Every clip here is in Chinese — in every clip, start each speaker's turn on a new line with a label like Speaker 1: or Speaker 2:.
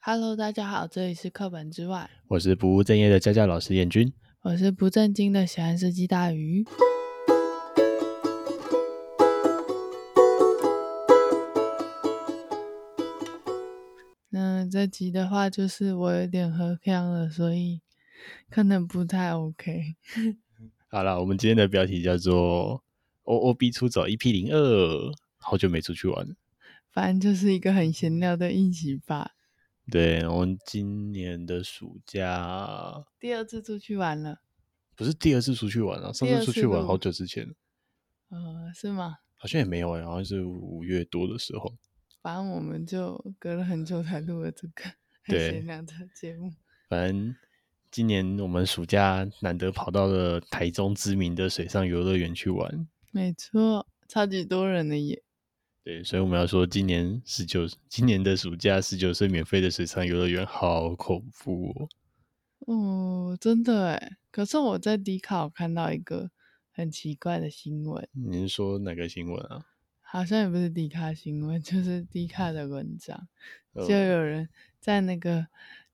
Speaker 1: Hello，大家好，这里是课本之外，
Speaker 2: 我是不务正业的家教老师彦君。
Speaker 1: 我是不正经的喜欢吃鸡大鱼。那这集的话，就是我有点喝呛了，所以可能不太 OK。
Speaker 2: 好了，我们今天的标题叫做 “O O B 出走 EP 零二”，好久没出去玩了。
Speaker 1: 反正就是一个很闲聊的一集吧。
Speaker 2: 对，我们今年的暑假
Speaker 1: 第二次出去玩了，
Speaker 2: 不是第二次出去玩了、上
Speaker 1: 第二
Speaker 2: 次
Speaker 1: 次
Speaker 2: 出去玩
Speaker 1: 录
Speaker 2: 好久之前，
Speaker 1: 呃，是吗？
Speaker 2: 好像也没有哎、好像是五月多的时候。
Speaker 1: 反正我们就隔了很久才录了这个 很
Speaker 2: 对
Speaker 1: 闲聊的节目。
Speaker 2: 反正今年我们暑假难得跑到了台中知名的水上游乐园去玩。
Speaker 1: 没错，超级多人的耶！
Speaker 2: 对，所以我们要说，今年十九，今年的暑假十九岁免费的水上游乐园好恐怖哦！
Speaker 1: 哦，真的哎。可是我在迪卡有看到一个很奇怪的新闻，
Speaker 2: 你是说哪个新闻啊？
Speaker 1: 好像也不是迪卡新闻，就是迪卡的文章，就
Speaker 2: 呃
Speaker 1: 有人在那个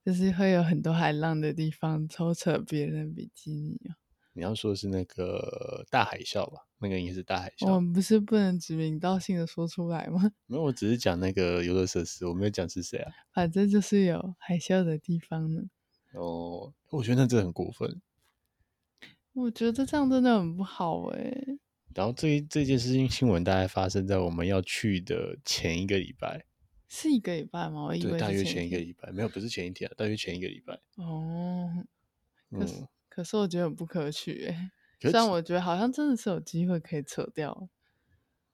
Speaker 1: 就是会有很多海浪的地方偷扯别人比基尼哦。
Speaker 2: 你要说的是那个大海啸吧？那个应该是大海
Speaker 1: 我
Speaker 2: 啸。
Speaker 1: 们不是不能指名道姓的说出来吗？
Speaker 2: 没有，我只是讲那个游乐设施，我没有讲是谁啊。
Speaker 1: 反正就是有海啸的地方呢。
Speaker 2: 哦，我觉得那真的很过分。
Speaker 1: 我觉得这样真的很不好哎。
Speaker 2: 然后这一这件事情新闻大概发生在我们要去的前一个礼拜，
Speaker 1: 是一个礼拜吗？我以为
Speaker 2: 对，大
Speaker 1: 是
Speaker 2: 约
Speaker 1: 前
Speaker 2: 前
Speaker 1: 一
Speaker 2: 一个礼拜，没有，不是前一天、啊，大约前一个礼拜。
Speaker 1: 天哦，可是
Speaker 2: 嗯，
Speaker 1: 可是我觉得很不可取哎、虽
Speaker 2: 可是
Speaker 1: 然我觉得好像真的是有机会可以扯掉，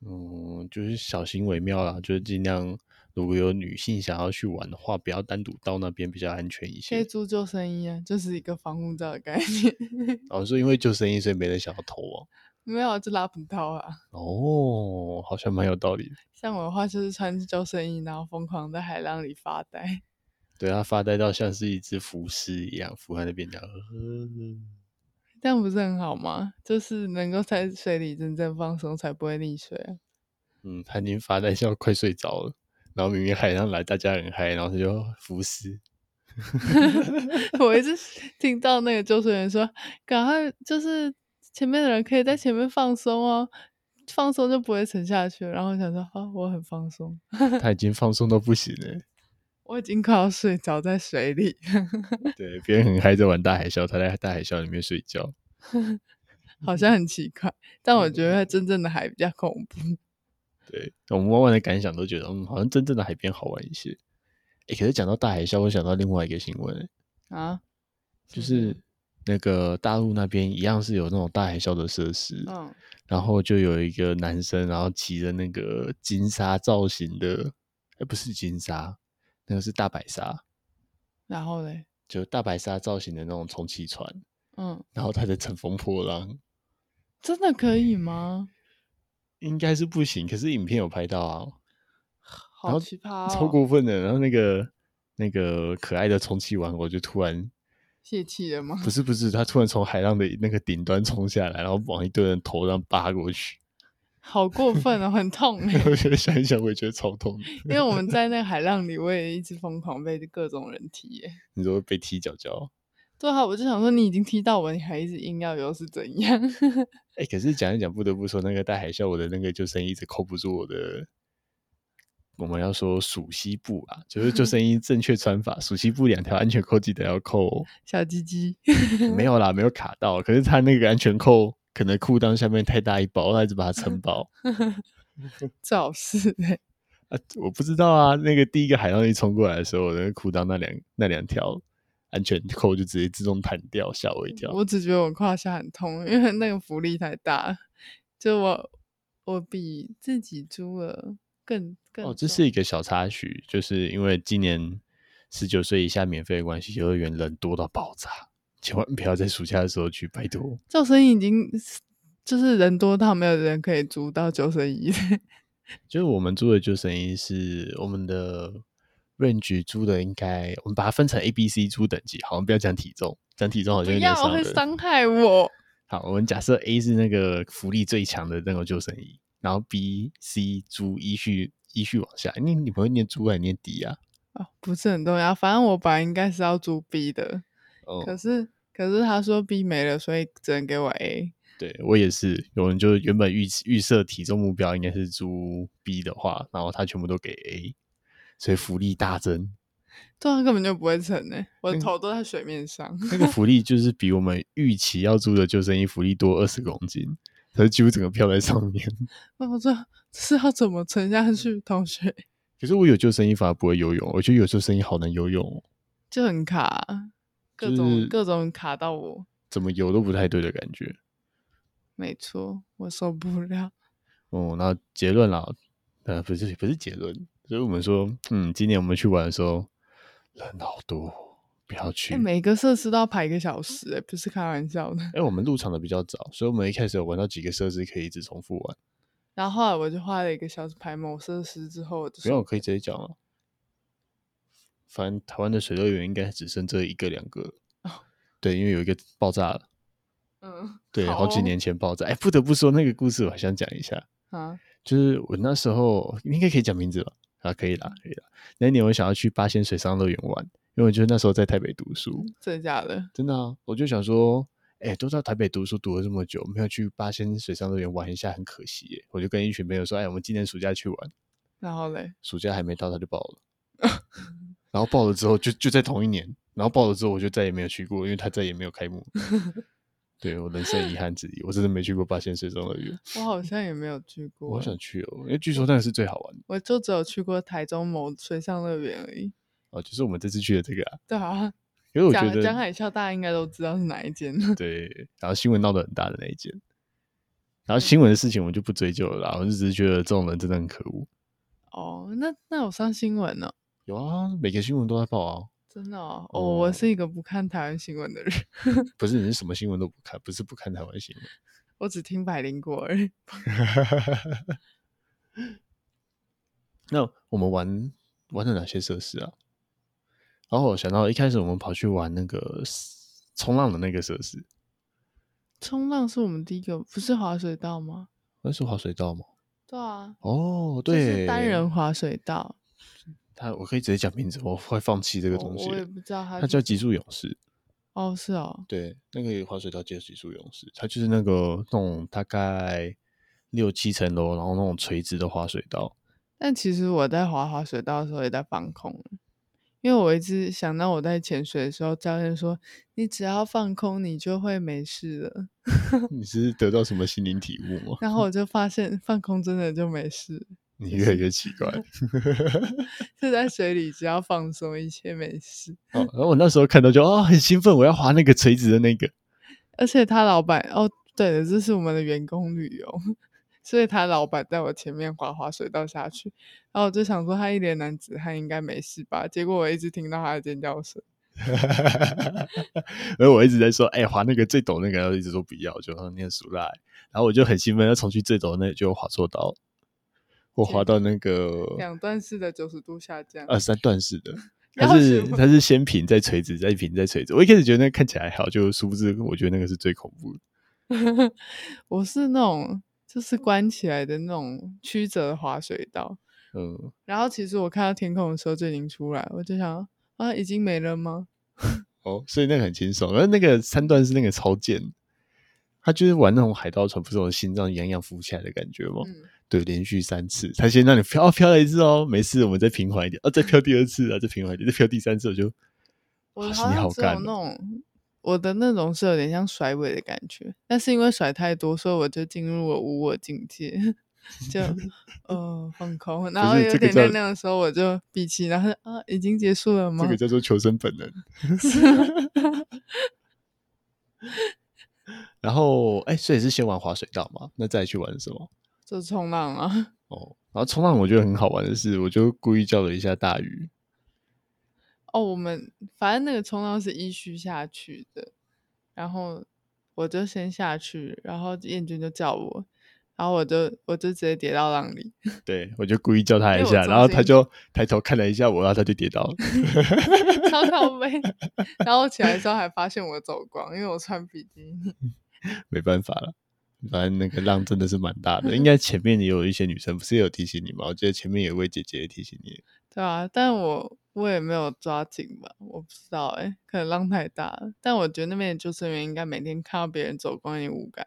Speaker 2: 嗯，就是小心为妙啦，就是尽量如果有女性想要去玩的话，不要单独到那边比较安全一
Speaker 1: 可以
Speaker 2: 些。
Speaker 1: 租救生衣啊，就是一个防护罩的概念。
Speaker 2: 然后是因为救生衣，哦所以没人想要投哦。
Speaker 1: 没有啊就拉不到啊。
Speaker 2: 哦，好像蛮有道理的。
Speaker 1: 像我的话就是穿救生衣，然后疯狂在海浪里发呆。
Speaker 2: 对他发呆到像是一只浮尸一样浮在那边，这样。
Speaker 1: 这样不是很好吗？就是能够在水里真正放松，才不会溺水 啊。
Speaker 2: 嗯，他已经发呆到快睡着了，然后明明海上来大家很嗨，然后他就浮尸。
Speaker 1: 我一直听到那个救生员说：“赶快，就是前面的人可以在前面放松哦，放松就不会沉下去了。”然后我想说：“啊，我很放松，
Speaker 2: 他已经放松到不行了。
Speaker 1: 我已经快要睡着在水里，
Speaker 2: 对，别人很嗨在玩大海啸，他在大海啸里面睡觉。
Speaker 1: 好
Speaker 2: 嗯
Speaker 1: 像很奇怪。”但我觉得真正的海比较恐怖。
Speaker 2: 对，我们慢慢的感想都觉得，嗯，好像真正的海边好玩一些。诶，可是讲到大海啸，我想到另外一个新闻、诶
Speaker 1: 啊，
Speaker 2: 就
Speaker 1: 什么
Speaker 2: 是那个大陆那边一样是有那种大海啸的设施，
Speaker 1: 嗯，
Speaker 2: 然后就有一个男生，然后骑着那个金沙造型的，哎，不是金沙，那个是大白鲨，
Speaker 1: 然后嘞，
Speaker 2: 就大白鲨造型的那种充气船，
Speaker 1: 嗯，
Speaker 2: 然后他在乘风破浪，
Speaker 1: 真的可以吗？
Speaker 2: 应该是不行，可是影片有拍到啊，然
Speaker 1: 好
Speaker 2: 后
Speaker 1: 奇葩
Speaker 2: 超
Speaker 1: 哦！
Speaker 2: 过分的，然后那个那个可爱的充气玩偶就突然。
Speaker 1: 泄气了吗？
Speaker 2: 不是不是，他突然从海浪的那个顶端冲下来，然后往一堆人头上扒过去。
Speaker 1: 好过分哦，很痛哎、
Speaker 2: 我觉得想一想，我也觉得超痛的。
Speaker 1: 因为我们在那个海浪里，我也一直疯狂被各种人踢耶、
Speaker 2: 你说被踢脚脚？
Speaker 1: 对啊，我就想说你已经踢到我，你还一直硬要游是怎样？
Speaker 2: 哎、可是讲一讲，不得不说，那个大海啸，我的那个救生衣一直扣不住我的。我们要说属膝部啊，就是救生衣正确穿法，属膝部两条安全扣记得要扣哦、
Speaker 1: 小鸡鸡，
Speaker 2: 没有啦，没有卡到，可是他那个安全扣可能裤裆下面太大一包，他一直把它撑爆
Speaker 1: 最好是欸
Speaker 2: 啊！我不知道啊，那个第一个海浪一冲过来的时候，我那个裤裆那两那两条安全扣就直接自动弹掉，吓我一跳。
Speaker 1: 我只觉得我胯下很痛，因为那个浮力太大了，就我我比自己租了更更
Speaker 2: 哦，这
Speaker 1: 重
Speaker 2: 是一个小插曲，就是因为今年十九岁以下免费的关系，幼儿园人多到爆炸，千万不要在暑假的时候去，拜托。
Speaker 1: 救生衣已经就是人多到没有人可以租到救生衣了，
Speaker 2: 就是我们租的救生衣是我们的 range 租的，应该我们把它分成 A、B、C 租等级，好，我们不要讲体重，讲体重好
Speaker 1: 不
Speaker 2: 像有点
Speaker 1: 要啊
Speaker 2: 伤
Speaker 1: 会
Speaker 2: 人。
Speaker 1: 伤害我。
Speaker 2: 好，我们假设 A 是那个浮力最强的那个救生衣，然后 B、C 租依序依序往下，你你不会念租还念 D 啊？
Speaker 1: 哦，不是很重要。反正我本来应该是要租 B 的，
Speaker 2: 哦，
Speaker 1: 可是可是他说 B 没了，所以只能给我 A。
Speaker 2: 对我也是，有人就原本预预设体重目标应该是租 B 的话，然后他全部都给 A，所以福利大 增。
Speaker 1: 对啊，根本就不会成诶、我的
Speaker 2: 嗯
Speaker 1: 头都在水面上。
Speaker 2: 那个福利就是比我们预期要租的救生衣福利多二十公斤，可是几乎整个票在上面。
Speaker 1: 那我说这是要怎么沉下去？同学
Speaker 2: 可是我有救生衣反而不会游泳，我觉得有救生衣好难游泳哦，
Speaker 1: 就很卡啊，各种、
Speaker 2: 就是
Speaker 1: 各种卡到我，
Speaker 2: 怎么游都不太对的感觉。
Speaker 1: 没错，我受不了。
Speaker 2: 哦、那结论啦，呃，不是不是结论，所以我们说，嗯，今年我们去玩的时候人好多，不要去。
Speaker 1: 哎、每个设施都要排一个小时、欸，不是开玩笑的。
Speaker 2: 哎、我们入场的比较早，所以我们一开始有玩到几个设施可以一直重复玩。
Speaker 1: 然后后来我就花了一个小时排某设施之后，我就
Speaker 2: 没有，
Speaker 1: 说
Speaker 2: 可以直接讲了。反正台湾的水乐园应该只剩这一个两个了。对，因为有一个爆炸了，
Speaker 1: 嗯，
Speaker 2: 对，
Speaker 1: 好
Speaker 2: 好几
Speaker 1: 哦
Speaker 2: 年前爆炸。哎、不得不说那个故事，我还想讲一下。
Speaker 1: 啊，
Speaker 2: 就是我那时候应该可以讲名字吧？啊，可以啦，可以啦。那一年我想要去八仙水上乐园玩，因为我觉得那时候在台北读书，
Speaker 1: 真的假的？
Speaker 2: 真的啊，我就想说，哎、都到台北读书读了这么久，没有去八仙水上乐园玩一下，很可惜耶。我就跟一群朋友说，哎、我们今年暑假去玩，
Speaker 1: 然后嘞，
Speaker 2: 暑假还没到他就 爆了，然后爆了之后就就在同一年，然后爆了之后我就再也没有去过，因为他再也没有开幕。 对我人生遗憾之一，我真的没去过八仙水上乐 园，
Speaker 1: 我好像也没有去过欸，
Speaker 2: 嗯我好想去哦，因为据说那个是最好玩的
Speaker 1: 我就只有去过台中某水上乐园而已。
Speaker 2: 哦，就是我们这次去的这个啊。
Speaker 1: 对啊，
Speaker 2: 因为我觉
Speaker 1: 讲讲
Speaker 2: 得
Speaker 1: 海啸，大家应该都知道是哪一间。
Speaker 2: 对，然后新闻闹得很大的那一件，然后新闻的事情我就不追究了啦，我就只是觉得这种人真的很可恶。
Speaker 1: 哦，那那有上新闻呢、
Speaker 2: 有啊，每个新闻都在报啊，
Speaker 1: 真的哦，哦我
Speaker 2: 哦
Speaker 1: 是一个不看台湾新闻的人，
Speaker 2: 不是你是什么新闻都不看，不是不看台湾新闻。
Speaker 1: 我只听百灵果而已。
Speaker 2: 那我们玩玩了哪些设施啊？然后我想到一开始我们跑去玩那个 s- 冲浪的那个设施，
Speaker 1: 冲浪是我们第一个，不是滑水道吗？
Speaker 2: 那是滑水道吗？
Speaker 1: 对啊，
Speaker 2: 哦，
Speaker 1: 就
Speaker 2: 对，
Speaker 1: 是单人滑水道。
Speaker 2: 他我可以直接讲名字，我会放弃这个
Speaker 1: 我
Speaker 2: 东西
Speaker 1: 我。也不知道它
Speaker 2: 他叫
Speaker 1: 是
Speaker 2: 极速勇士，
Speaker 1: 哦，是哦，
Speaker 2: 对，那个滑水道接水速泳池，它就是那个那种大概六七层楼，然后那种垂直的滑水道。
Speaker 1: 但其实我在滑滑水道的时候也在放空，因为我一直想到我在潜水的时候，教练说你只要放空，你就会没事了。
Speaker 2: 你是得到什么心灵体悟吗？
Speaker 1: 然后我就发现放空真的就没事，
Speaker 2: 你越来越奇怪。
Speaker 1: 就在水里只要放松，一切没事。
Speaker 2: 哦，然后我那时候看到就啊、很兴奋，我要滑那个垂直的那个。
Speaker 1: 而且他老板哦，对了，这是我们的员工旅游， 所以他老板在我前面滑滑水道下去，然后我就想说他一脸男子汉应该没事吧，结果我一直听到他的尖叫声。
Speaker 2: 然后我一直在说，哎、滑那个最陡那个，然后一直说不要，就说念熟来。然后我就很兴奋，要冲去最陡那里，就滑错道，我滑到那个
Speaker 1: 两段式的九十度下降，
Speaker 2: 呃三段式的，
Speaker 1: 然后
Speaker 2: 它是
Speaker 1: 是
Speaker 2: 它是先平再垂直，再平再垂直。我一开始觉得那个看起来还好，就殊不知我觉得那个是最恐怖的。
Speaker 1: 我是那种就是关起来的那种曲折的滑水道，
Speaker 2: 嗯，
Speaker 1: 然后其实我看到天空的时候就已经出来，我就想啊，已经没了吗？
Speaker 2: 哦，所以那个很轻松。然后那个三段是那个超贱，他就是玩那种海盗船，不是有心脏痒痒浮起来的感觉吗？
Speaker 1: 嗯，
Speaker 2: 对，连续三次，他先让你飘、哦、飘了一次哦，没事，我们再平缓一点，哦，再飘第二次啊，再平缓一点，再飘第三次，我就
Speaker 1: 我
Speaker 2: 哇
Speaker 1: 好
Speaker 2: 心里
Speaker 1: 像
Speaker 2: 好
Speaker 1: 只有
Speaker 2: 干
Speaker 1: 那
Speaker 2: 哦。
Speaker 1: 种。我的那种是有点像甩尾的感觉，但是因为甩太多，所以我就进入了无我境界， 就呃放空，然
Speaker 2: 不
Speaker 1: 后
Speaker 2: 是
Speaker 1: 有
Speaker 2: 这个
Speaker 1: 点在
Speaker 2: 叫
Speaker 1: 那的时候我就闭气，然后就啊已经结束了吗？
Speaker 2: 这个叫做求生本能。 然后，哎，所以是先玩滑水道嘛，那再去玩什么？
Speaker 1: 就冲浪啊，
Speaker 2: 哦，然后冲浪我觉得很好玩的是，我就故意叫了一下大鱼，
Speaker 1: 哦，我们反正那个冲浪是依序下去的，然后我就先下去，然后燕君就叫我，然后我就我就直接跌到浪里，
Speaker 2: 对我就故意叫他
Speaker 1: 因
Speaker 2: 一
Speaker 1: 为我
Speaker 2: 下，
Speaker 1: 重
Speaker 2: 然后他
Speaker 1: 心
Speaker 2: 就抬头看了一下我，然后他就跌 倒了。
Speaker 1: 超靠背。 然后起来的时候还发现我走光，因为我穿比基尼。
Speaker 2: 没办法了，反正那个浪真的是蛮大的。应该前面也有一些女生不是也有提醒你吗？我记得前面有一位姐姐也提醒你，
Speaker 1: 对啊，但我我也没有抓紧吧，我不知道哎、可能浪太大了。但我觉得那边的救生员应该每天看到别人走光也无感，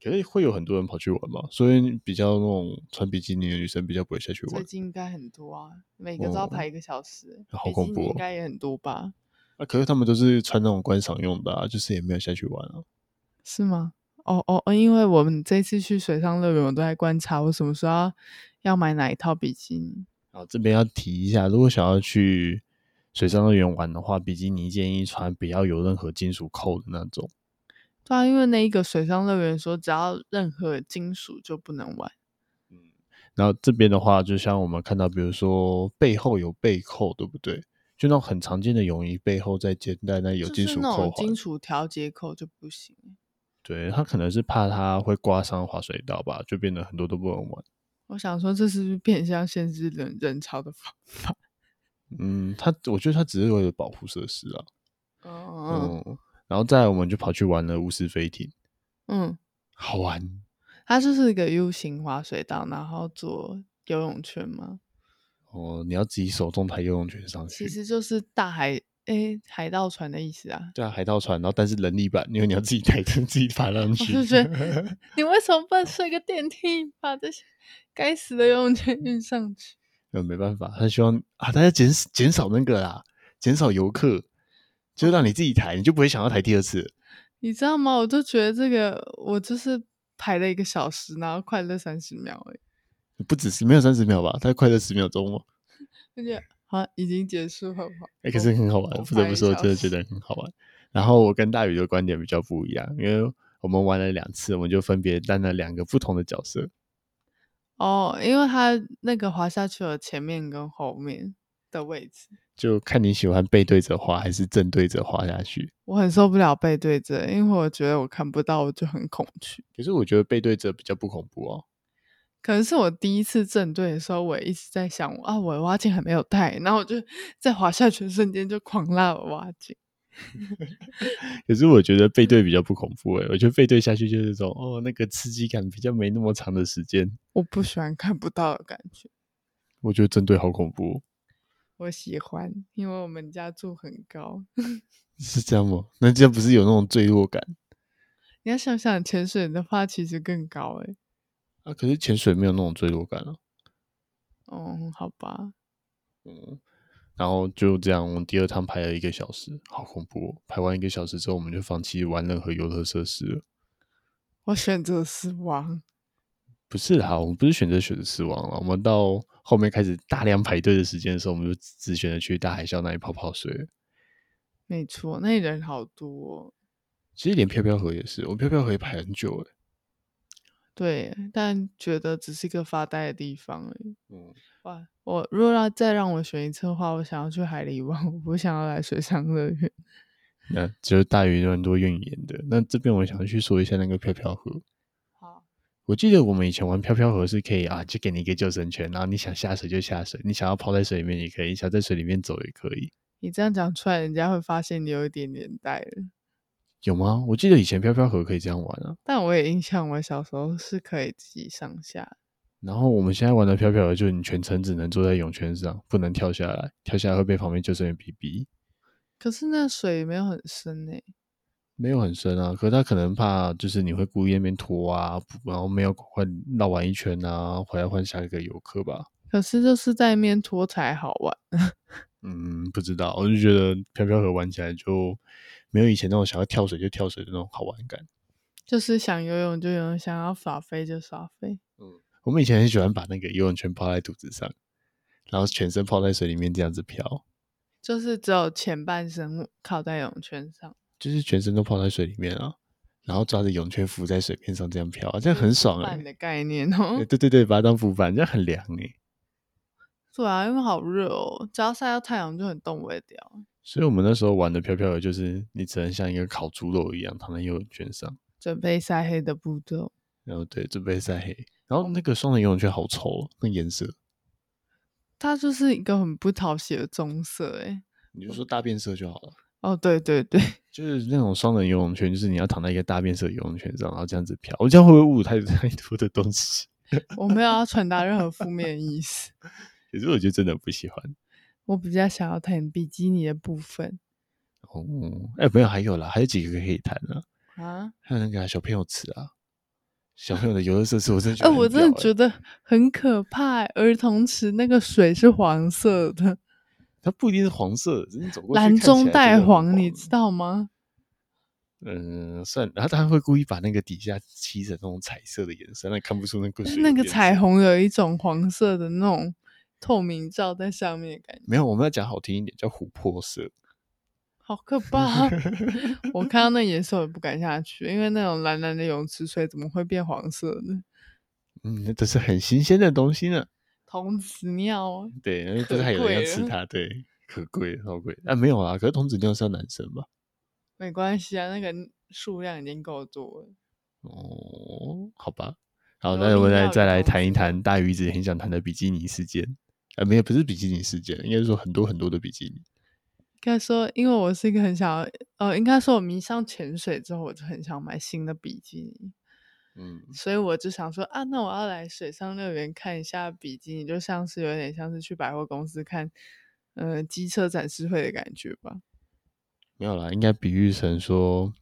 Speaker 2: 可是会有很多人跑去玩嘛，所以比较那种穿比基尼的女生比较不会下去
Speaker 1: 最
Speaker 2: 玩。
Speaker 1: 近应该很多啊，每个都要
Speaker 2: 哦
Speaker 1: 排一个小时，
Speaker 2: 好
Speaker 1: 北
Speaker 2: 恐
Speaker 1: 京
Speaker 2: 怖
Speaker 1: 应
Speaker 2: 哦
Speaker 1: 该也很多吧？
Speaker 2: 啊，可是他们都是穿那种观赏用的、啊，就是也没有下去玩啊。
Speaker 1: 是吗？哦哦哦，因为我们这次去水上乐园，我都在观察我什么时候要要买哪一套比基尼。
Speaker 2: 然后这边要提一下，如果想要去水上乐园玩的话，比基尼建议穿不要有任何金属扣的那种。
Speaker 1: 对啊，因为那一个水上乐园说，只要任何金属就不能玩。
Speaker 2: 然后这边的话，就像我们看到，比如说背后有背扣，对不对？就那种很常见的泳衣背后再肩带那有
Speaker 1: 就
Speaker 2: 金
Speaker 1: 是
Speaker 2: 属
Speaker 1: 那
Speaker 2: 扣
Speaker 1: 种
Speaker 2: 环
Speaker 1: 金，属调节扣就不行。欸
Speaker 2: 对他可能是怕它会刮伤滑水道吧，就变得很多都不能玩。
Speaker 1: 我想说，这是不是变相限制人人潮的方法？
Speaker 2: 嗯，它我觉得它只是为了保护设施啊。
Speaker 1: 嗯
Speaker 2: 嗯，然后再来我们就跑去玩了巫师飞艇，
Speaker 1: 嗯，
Speaker 2: 好玩。
Speaker 1: 它就是一个 U 型滑水道，然后做游泳圈嘛，
Speaker 2: 哦，你要自己手动抬游泳圈上去，
Speaker 1: 其实就是大海诶、海盗船的意思啊。
Speaker 2: 对啊，海盗船，然后但是人力版，因为你要自己抬着自己爬上
Speaker 1: 我
Speaker 2: 去。
Speaker 1: 就觉 得你为什么不能睡个电梯，把这些该死的游泳圈运上去？
Speaker 2: 呃，没办法，他希望啊，大家减减少那个啦，减少游客，就让你自己抬，你就不会想要抬第二次。
Speaker 1: 你知道吗？我就觉得这个，我就是排了一个小时，然后快乐三十秒、欸，
Speaker 2: 不只是没有三十秒吧，他快乐十秒钟哦。
Speaker 1: 就觉得好已经结束了嘛。
Speaker 2: 哎、可是很好
Speaker 1: 我
Speaker 2: 玩，不
Speaker 1: 拍
Speaker 2: 得不
Speaker 1: 哦一
Speaker 2: 说，
Speaker 1: 小
Speaker 2: 真的
Speaker 1: 时
Speaker 2: 觉得很好玩。然后我跟大宇的观点比较不一样，因为我们玩了两次，我们就分别担了两个不同的角色。
Speaker 1: 哦，因为它那个滑下去了前面跟后面的位置，
Speaker 2: 就看你喜欢背对着滑还是正对着滑下去。
Speaker 1: 我很受不了背对着，因为我觉得我看不到，我就很恐惧。
Speaker 2: 可是我觉得背对着比较不恐怖哦。
Speaker 1: 可能是我第一次正对的时候，我一直在想啊，我的蛙镜还没有带，然后我就在滑下去的瞬间就狂拉我蛙镜。
Speaker 2: 可是我觉得背对比较不恐怖欸诶、我觉得背对下去就是这种哦，那个刺激感比较没那么长的时间。
Speaker 1: 我不喜欢看不到的感觉，
Speaker 2: 我觉得针对好恐怖哦、
Speaker 1: 我喜欢，因为我们家住很高。
Speaker 2: 是这样吗？ 那这样不是有那种坠落感
Speaker 1: 你要想想，潜水的话其实更高欸诶、
Speaker 2: 啊？可是潜水没有那种坠落感啊。
Speaker 1: 哦，好吧，
Speaker 2: 嗯，然后就这样，我们第二趟排了一个小时，好恐怖、哦！排完一个小时之后，我们就放弃玩任何游乐设施了。
Speaker 1: 我选择死亡。
Speaker 2: 不是啦，我们不是选择选择死亡了，我们到后面开始大量排队的时间的时候，我们就只只选择去大海啸那里泡泡水了。
Speaker 1: 没错，那里人好多哦、
Speaker 2: 其实连飘飘河也是，我飘飘河也排很久诶、
Speaker 1: 对，但觉得只是一个发呆的地方而已。
Speaker 2: 嗯，
Speaker 1: 哇，我如果要再让我选一次的话，我想要去海里湾，我不想要来水上乐园。
Speaker 2: 那就是大鱼有很多怨言的。那这边我想去说一下那个飘飘河。
Speaker 1: 好，
Speaker 2: 我记得我们以前玩飘飘河是可以啊，就给你一个救生圈，然后你想下水就下水，你想要泡在水里面也可以，你想在水里面走也可以，
Speaker 1: 你这样讲出来，人家会发现你有一点年代了。
Speaker 2: 有吗？我记得以前飘飘河可以这样玩啊。
Speaker 1: 但我也印象，我小时候是可以自己上下。
Speaker 2: 然后我们现在玩的飘飘河就是你全程只能坐在泳圈上，不能跳下来，跳下来会被旁边救生员逼逼。
Speaker 1: 可是那水没有很深呢、欸
Speaker 2: 没有很深啊，可他可能怕就是你会故意那边拖啊，不然后没有换绕完一圈啊，回来换下一个游客吧。
Speaker 1: 可是就是在面拖才好玩。
Speaker 2: 嗯，不知道，我就觉得飘飘河玩起来就没有以前那种想要跳水就跳水的那种好玩感。
Speaker 1: 就是想游泳就游泳，想要耍飞就耍飞。
Speaker 2: 我们以前很喜欢把那个游泳圈泡在肚子上，然后全身泡在水里面这样子漂，
Speaker 1: 就是只有前半身靠在泳圈上，
Speaker 2: 就是全身都泡在水里面啊，然后抓着泳圈浮在水面上这样漂啊，这样很爽哎、
Speaker 1: 半的概念哦、
Speaker 2: 欸。对对对，把它当浮板，这样很凉哎、
Speaker 1: 对啊，因为好热哦，只要晒到太阳就很冻未掉。
Speaker 2: 所以我们那时候玩的飘飘的，就是你只能像一个烤猪肉一样躺在游泳圈上，
Speaker 1: 准备晒黑的步骤，
Speaker 2: 然后对，准备晒黑。然后那个双人游泳圈好丑、哦，那颜色，
Speaker 1: 它就是一个很不讨喜的棕色诶、
Speaker 2: 你就说大变色就好了。
Speaker 1: 哦，对对对，
Speaker 2: 就是那种双人游泳圈，就是你要躺在一个大变色的游泳圈上，然后这样子漂。我这样会不会侮辱太 太多的东西？
Speaker 1: 我没有要传达任何负面意思。
Speaker 2: 可是我觉得真的不喜欢。
Speaker 1: 我比较想要谈比基尼的部分
Speaker 2: 哦，哎、没有，还有啦，还有几个可以谈啊，
Speaker 1: 啊。
Speaker 2: 还有那个啊、小朋友吃啊，小朋友的游乐设施，我真的觉
Speaker 1: 哎、
Speaker 2: 得很屌、欸
Speaker 1: 我真的觉
Speaker 2: 得
Speaker 1: 得很可怕、欸儿童池那个水是黄色的，
Speaker 2: 它不一定是黄色，只是你走过去
Speaker 1: 蓝
Speaker 2: 看起来
Speaker 1: 中
Speaker 2: 觉得
Speaker 1: 带
Speaker 2: 很
Speaker 1: 黄，你知道吗？
Speaker 2: 嗯，算了，然后他会故意把那个底下漆成那种彩色的颜色，让你看不出那个水
Speaker 1: 那
Speaker 2: 有
Speaker 1: 个
Speaker 2: 变
Speaker 1: 彩
Speaker 2: 色。
Speaker 1: 虹有一种黄色的那种透明罩在上面的感觉，
Speaker 2: 没有，我们要讲好听一点，叫琥珀色。
Speaker 1: 好可怕！ 我看到那野兽也不敢下去，因为那种蓝蓝的泳池水怎么会变黄色呢？
Speaker 2: 嗯，那都是很新鲜的东西呢。
Speaker 1: 童子尿啊，
Speaker 2: 对，那
Speaker 1: 可
Speaker 2: 但是还有人要
Speaker 1: 贵
Speaker 2: 吃
Speaker 1: 了
Speaker 2: 它，对，可贵了，超贵啊！没有啊，可是童子尿是要男生吧？
Speaker 1: 没关系啊，那个数量已经够多了。
Speaker 2: 哦，好吧。好，
Speaker 1: 有
Speaker 2: 那我们
Speaker 1: 礼
Speaker 2: 来
Speaker 1: 貌与
Speaker 2: 再来
Speaker 1: 童
Speaker 2: 谈一
Speaker 1: 子
Speaker 2: 谈大鱼一直很想谈的比基尼事件。啊，没有，不是比基尼事件，应该是说很多很多的比基尼。
Speaker 1: 应该说，因为我是一个很想要，呃，应该说我迷上潜水之后，我就很想买新的比基尼，
Speaker 2: 嗯，
Speaker 1: 所以我就想说啊，那我要来水上乐园看一下比基尼，就像是有点像是去百货公司看，呃，机车展示会的感觉吧。
Speaker 2: 没有啦，应该比喻成说，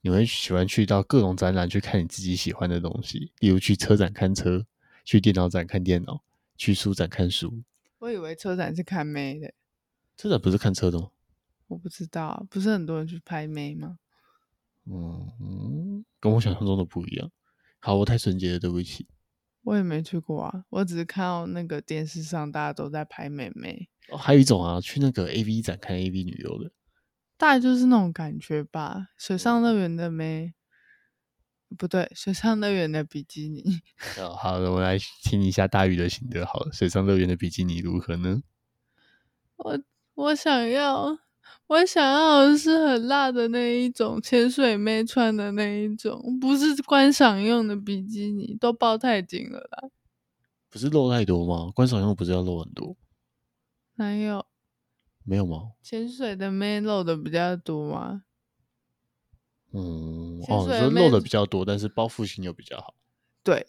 Speaker 2: 你会喜欢去到各种展览去看你自己喜欢的东西，例如去车展看车，去电脑展看电脑，去书展看书。
Speaker 1: 我以为车展是看妹的，
Speaker 2: 车展不是看车的吗？
Speaker 1: 我不知道啊，不是很多人去拍妹吗？
Speaker 2: 嗯，跟我想象中的不一样。好，我太纯洁了，对不起。
Speaker 1: 我也没去过啊，我只是看到那个电视上大家都在拍妹妹，
Speaker 2: 哦，还有一种啊，去那个 A V 展看 A V 女优的，
Speaker 1: 大概就是那种感觉吧。水上乐园的妹，不对，水上乐园的比基尼。
Speaker 2: 哦，好的，我们来听一下大鱼的心得。好了，水上乐园的比基尼如何呢？
Speaker 1: 我我想要，我想要的是很辣的那一种，潜水妹穿的那一种，不是观赏用的比基尼，都包太紧了啦。
Speaker 2: 不是露太多吗？观赏用不是要露很多？
Speaker 1: 哪有
Speaker 2: 没有吗？
Speaker 1: 潜水的妹露的比较多啊？
Speaker 2: 嗯，
Speaker 1: 潜
Speaker 2: 哦，你
Speaker 1: 水
Speaker 2: 说
Speaker 1: 妹
Speaker 2: 露的
Speaker 1: 子
Speaker 2: 比较多，但是包覆性又比较好。
Speaker 1: 对，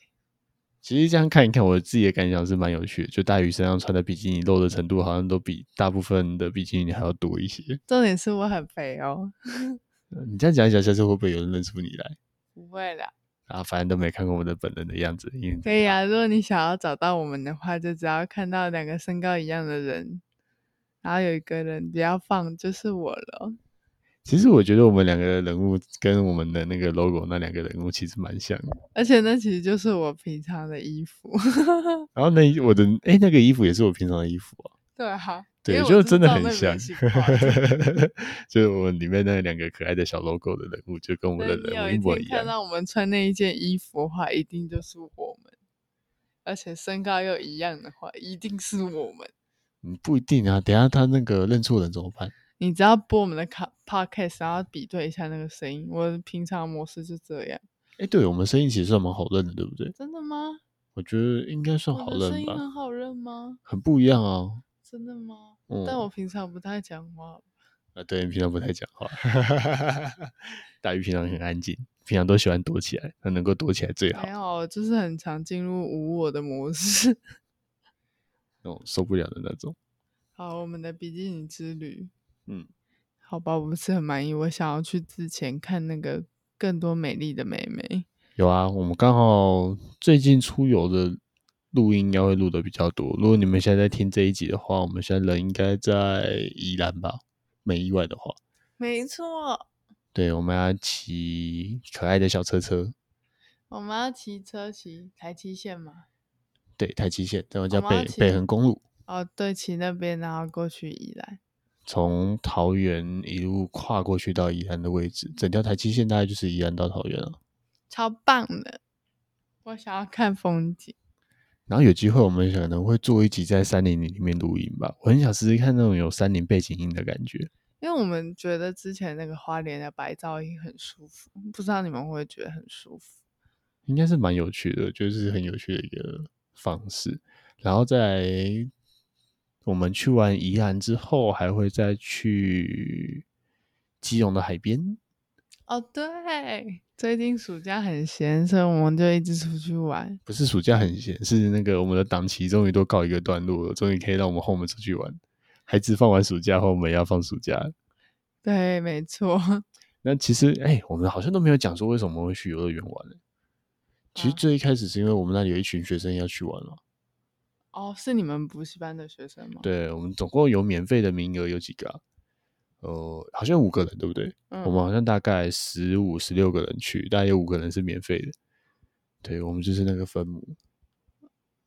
Speaker 2: 其实这样看一看，我自己的感想是蛮有趣的。就大鱼身上穿的比基尼露的程度，好像都比大部分的比基尼还要多一些。
Speaker 1: 重点是我很肥哦，
Speaker 2: 呃你这样讲一讲，下次会不会有人认出你来？
Speaker 1: 不会啦，
Speaker 2: 啊，反正都没看过我的本人的样子。因为
Speaker 1: 可以啊。如果你想要找到我们的话，就只要看到两个身高一样的人，然后有一个人比较放，就是我了。
Speaker 2: 其实我觉得我们两个人物跟我们的那个 logo 那两个人物其实蛮像的。
Speaker 1: 而且那其实就是我平常的衣服。
Speaker 2: 然后那我的哎、那个衣服也是我平常的衣服啊，
Speaker 1: 对哈，因
Speaker 2: 对，
Speaker 1: 为我
Speaker 2: 就
Speaker 1: 知
Speaker 2: 真的
Speaker 1: 道
Speaker 2: 很
Speaker 1: 那
Speaker 2: 像，
Speaker 1: 明星画 的
Speaker 2: 就是我们里面那两个可爱的小 logo 的人物，就跟我们
Speaker 1: 所
Speaker 2: 的
Speaker 1: 以你有
Speaker 2: 人物一模
Speaker 1: 一
Speaker 2: 一
Speaker 1: 天看
Speaker 2: 样。
Speaker 1: 到我们穿那一件衣服的话，一定就是我们，而且身高又一样的话，一定是我们。
Speaker 2: 嗯，不一定啊，等一下他那个认错人怎么办？
Speaker 1: 你只要播我们的卡 podcast，然后比对一下那个声音。我平常模式就这样，
Speaker 2: 哎、对我们声音其实算蛮好认的，对不对？
Speaker 1: 真的吗？
Speaker 2: 我觉得应该算好
Speaker 1: 我的声
Speaker 2: 认
Speaker 1: 音啊
Speaker 2: 吧，
Speaker 1: 很好认吗？
Speaker 2: 很不一样啊。
Speaker 1: 真的吗？
Speaker 2: 嗯，
Speaker 1: 但我平常不太讲话，
Speaker 2: 啊，对，平常不太讲话。 大鱼平常很安静，平常都喜欢躲起来，他能够躲起来最好
Speaker 1: 没。有，就是很常进入无我的模式。
Speaker 2: 那种受不了的那种。
Speaker 1: 好，我们的比基尼之旅，
Speaker 2: 嗯，
Speaker 1: 好吧，我不是很满意。我想要去之前看那个更多美丽的妹妹。
Speaker 2: 有啊，我们刚好最近出游的录音应该会录的比较多。如果你们现在在听这一集的话，我们现在人应该在宜兰吧，没意外的话。
Speaker 1: 没错，
Speaker 2: 对，我们要骑可爱的小车车，
Speaker 1: 我们要骑车骑台七线嘛？
Speaker 2: 对，台七线，然后叫
Speaker 1: 我们
Speaker 2: 北
Speaker 1: 要骑
Speaker 2: 北横公路，
Speaker 1: 哦，对，骑那边，然后过去宜兰。
Speaker 2: 从桃园一路跨过去到宜兰的位置，整条台七线大概就是宜兰到桃园了、
Speaker 1: 超棒的！我想要看风景。
Speaker 2: 然后有机会我们可能会做一集在山林里面录音吧，我很想试试看那种有山林背景音的感觉。
Speaker 1: 因为我们觉得之前那个花莲的白噪音很舒服，不知道你们会不会觉得很舒服？
Speaker 2: 应该是蛮有趣的，就是很有趣的一个方式。然后在我们去完宜兰之后，还会再去基隆的海边。
Speaker 1: 哦，对，最近暑假很闲，所以我们就一直出去玩。
Speaker 2: 不是暑假很闲，是那个我们的档期终于都告一个段落了，终于可以让我们后门出去玩。孩子放完暑假后，我们也要放暑假。
Speaker 1: 对，没错。
Speaker 2: 那其实，哎、我们好像都没有讲说为什么会去游乐园玩、其实
Speaker 1: 啊
Speaker 2: 最一开始是因为我们那里有一群学生要去玩嘛。
Speaker 1: 哦，是你们补习班的学生吗？，
Speaker 2: 对，我们总共有免费的名额有几个、啊？呃，好像五个人，对不对？
Speaker 1: 嗯
Speaker 2: 我们好像大概十五、十六个人去，大概有五个人是免费的。对，我们就是那个分母，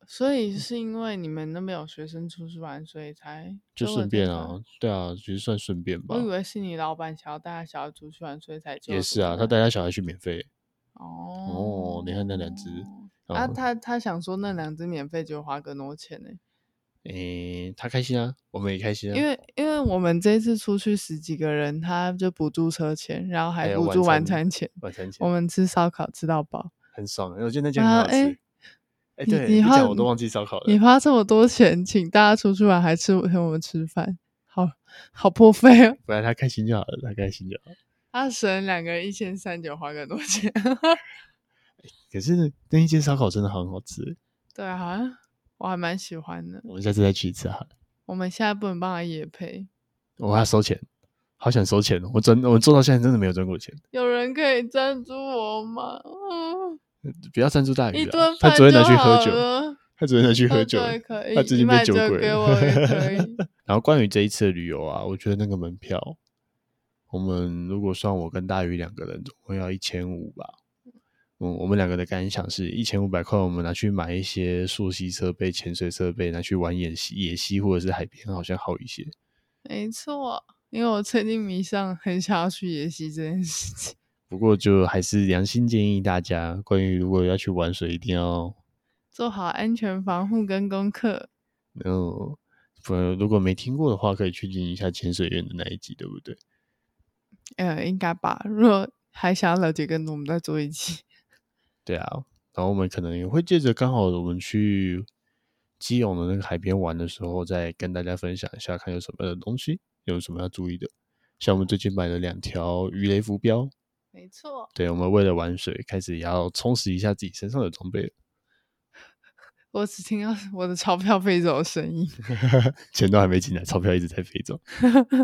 Speaker 1: 所
Speaker 2: 嗯
Speaker 1: 以是因为你们那边有学生出去玩，所以才
Speaker 2: 就
Speaker 1: 多了
Speaker 2: 顺
Speaker 1: 这
Speaker 2: 便
Speaker 1: 个
Speaker 2: 啊。，对啊，其实算顺便吧
Speaker 1: 我以。为是你老板想要带他小孩出去玩，所以才
Speaker 2: 也是啊，他带
Speaker 1: 带
Speaker 2: 他小孩去免费。
Speaker 1: 哦
Speaker 2: 你看那两只
Speaker 1: 啊，
Speaker 2: 嗯
Speaker 1: 他他想说那两只免费就花更多钱呢、
Speaker 2: 诶、他开心啊，我们也开心啊。
Speaker 1: 因为因为我们这次出去十几个人，他就补助车钱，然后
Speaker 2: 还
Speaker 1: 还
Speaker 2: 有
Speaker 1: 补
Speaker 2: 哎晚
Speaker 1: 助晚
Speaker 2: 餐
Speaker 1: 餐钱，
Speaker 2: 晚餐钱
Speaker 1: 我们吃烧烤吃到饱，
Speaker 2: 很爽啊，我觉得那家
Speaker 1: 然
Speaker 2: 很
Speaker 1: 后
Speaker 2: 好吃。
Speaker 1: 诶
Speaker 2: 哎、
Speaker 1: 你
Speaker 2: 对，
Speaker 1: 你
Speaker 2: 你
Speaker 1: 花
Speaker 2: 讲我都忘记烧烤了。
Speaker 1: 你花这么多钱请大家出去玩，还吃请我们吃饭，好好破费哦。
Speaker 2: 本来他开心就好了，他开心就好了。
Speaker 1: 阿神两个人一千三九，花更多钱。
Speaker 2: 可是那一间烧烤真的很好吃，
Speaker 1: 对啊，我还蛮喜欢的。
Speaker 2: 我们下次再去一次好了。
Speaker 1: 我们现在不能帮他野配，
Speaker 2: 我要收钱，好想收钱哦。我真我做到现在真的没有赚过钱，
Speaker 1: 有人可以赞助我吗？嗯，
Speaker 2: 不要赞助大
Speaker 1: 一
Speaker 2: 鱼啊
Speaker 1: 顿！
Speaker 2: 他
Speaker 1: 饭就
Speaker 2: 昨天拿去喝
Speaker 1: 好
Speaker 2: 酒，
Speaker 1: 了。
Speaker 2: 他昨天拿去喝
Speaker 1: 哦
Speaker 2: 酒，
Speaker 1: 对可以
Speaker 2: 他最
Speaker 1: 你
Speaker 2: 近
Speaker 1: 买
Speaker 2: 变酒
Speaker 1: 酒
Speaker 2: 鬼
Speaker 1: 给
Speaker 2: 了。
Speaker 1: 我 也可以
Speaker 2: 然后关于这一次的旅游啊，我觉得那个门票，我们如果算我跟大鱼两个人，总共要一千五吧。嗯，我们两个的感想是一千五百块，我们拿去买一些溯溪设备、潜水设备，拿去玩演习、野溪或者是海边，好像好一些。
Speaker 1: 没错，因为我最近迷上很想要去野溪这件事情。
Speaker 2: 不过就还是良心建议大家，关于如果要去玩水，一定要
Speaker 1: 做好安全防护跟功课。
Speaker 2: 嗯，不然如果没听过的话，可以去听一下潜水员的那一集，对不对？
Speaker 1: 呃，应该吧。如果还想要了解更多，我们再做一期。
Speaker 2: 对啊，然后我们可能也会借着刚好我们去基隆的那个海边玩的时候，再跟大家分享一下，看有什么样的东西，有什么要注意的。像我们最近买了两条鱼雷浮标，
Speaker 1: 没错，
Speaker 2: 对我们为了玩水，开始也要充实一下自己身上的装备了，
Speaker 1: 我只听到我的钞票飞走的声音。
Speaker 2: 钱都还没进来，钞票一直在飞走。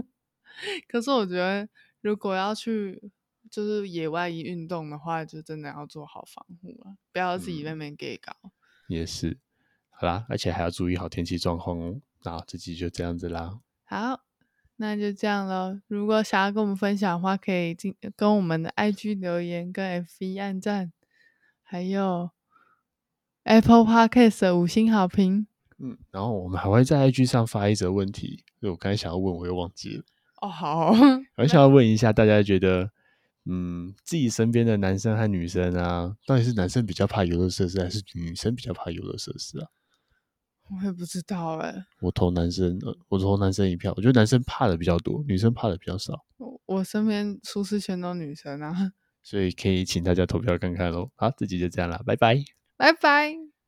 Speaker 1: 可是我觉得，如果要去就是野外运动的话，就真的要做好防护了，不要自己
Speaker 2: 嗯
Speaker 1: 外面给搞。
Speaker 2: 也是，好啦，而且还要注意好天气状况哦。那这期就这样子啦，
Speaker 1: 好，那就这样了。如果想要跟我们分享的话，可以进跟我们的 IG 留言，跟 FB 按赞，还有 Apple Podcast 的五星好评。
Speaker 2: 嗯，然后我们还会在 IG 上发一则问题，就我刚才想要问，我又忘记了，
Speaker 1: 哦，好，
Speaker 2: 我想要问一下大家觉得，嗯，自己身边的男生和女生啊，到底是男生比较怕游乐设施，还是女生比较怕游乐设施啊？
Speaker 1: 我也不知道哎、
Speaker 2: 我投男生，呃我投男生一票，我觉得男生怕的比较多，女生怕的比较少，
Speaker 1: 我我身边舒适圈都女生啊。
Speaker 2: 所以可以请大家投票看看喽。好，这集就这样啦，拜拜。
Speaker 1: 拜拜。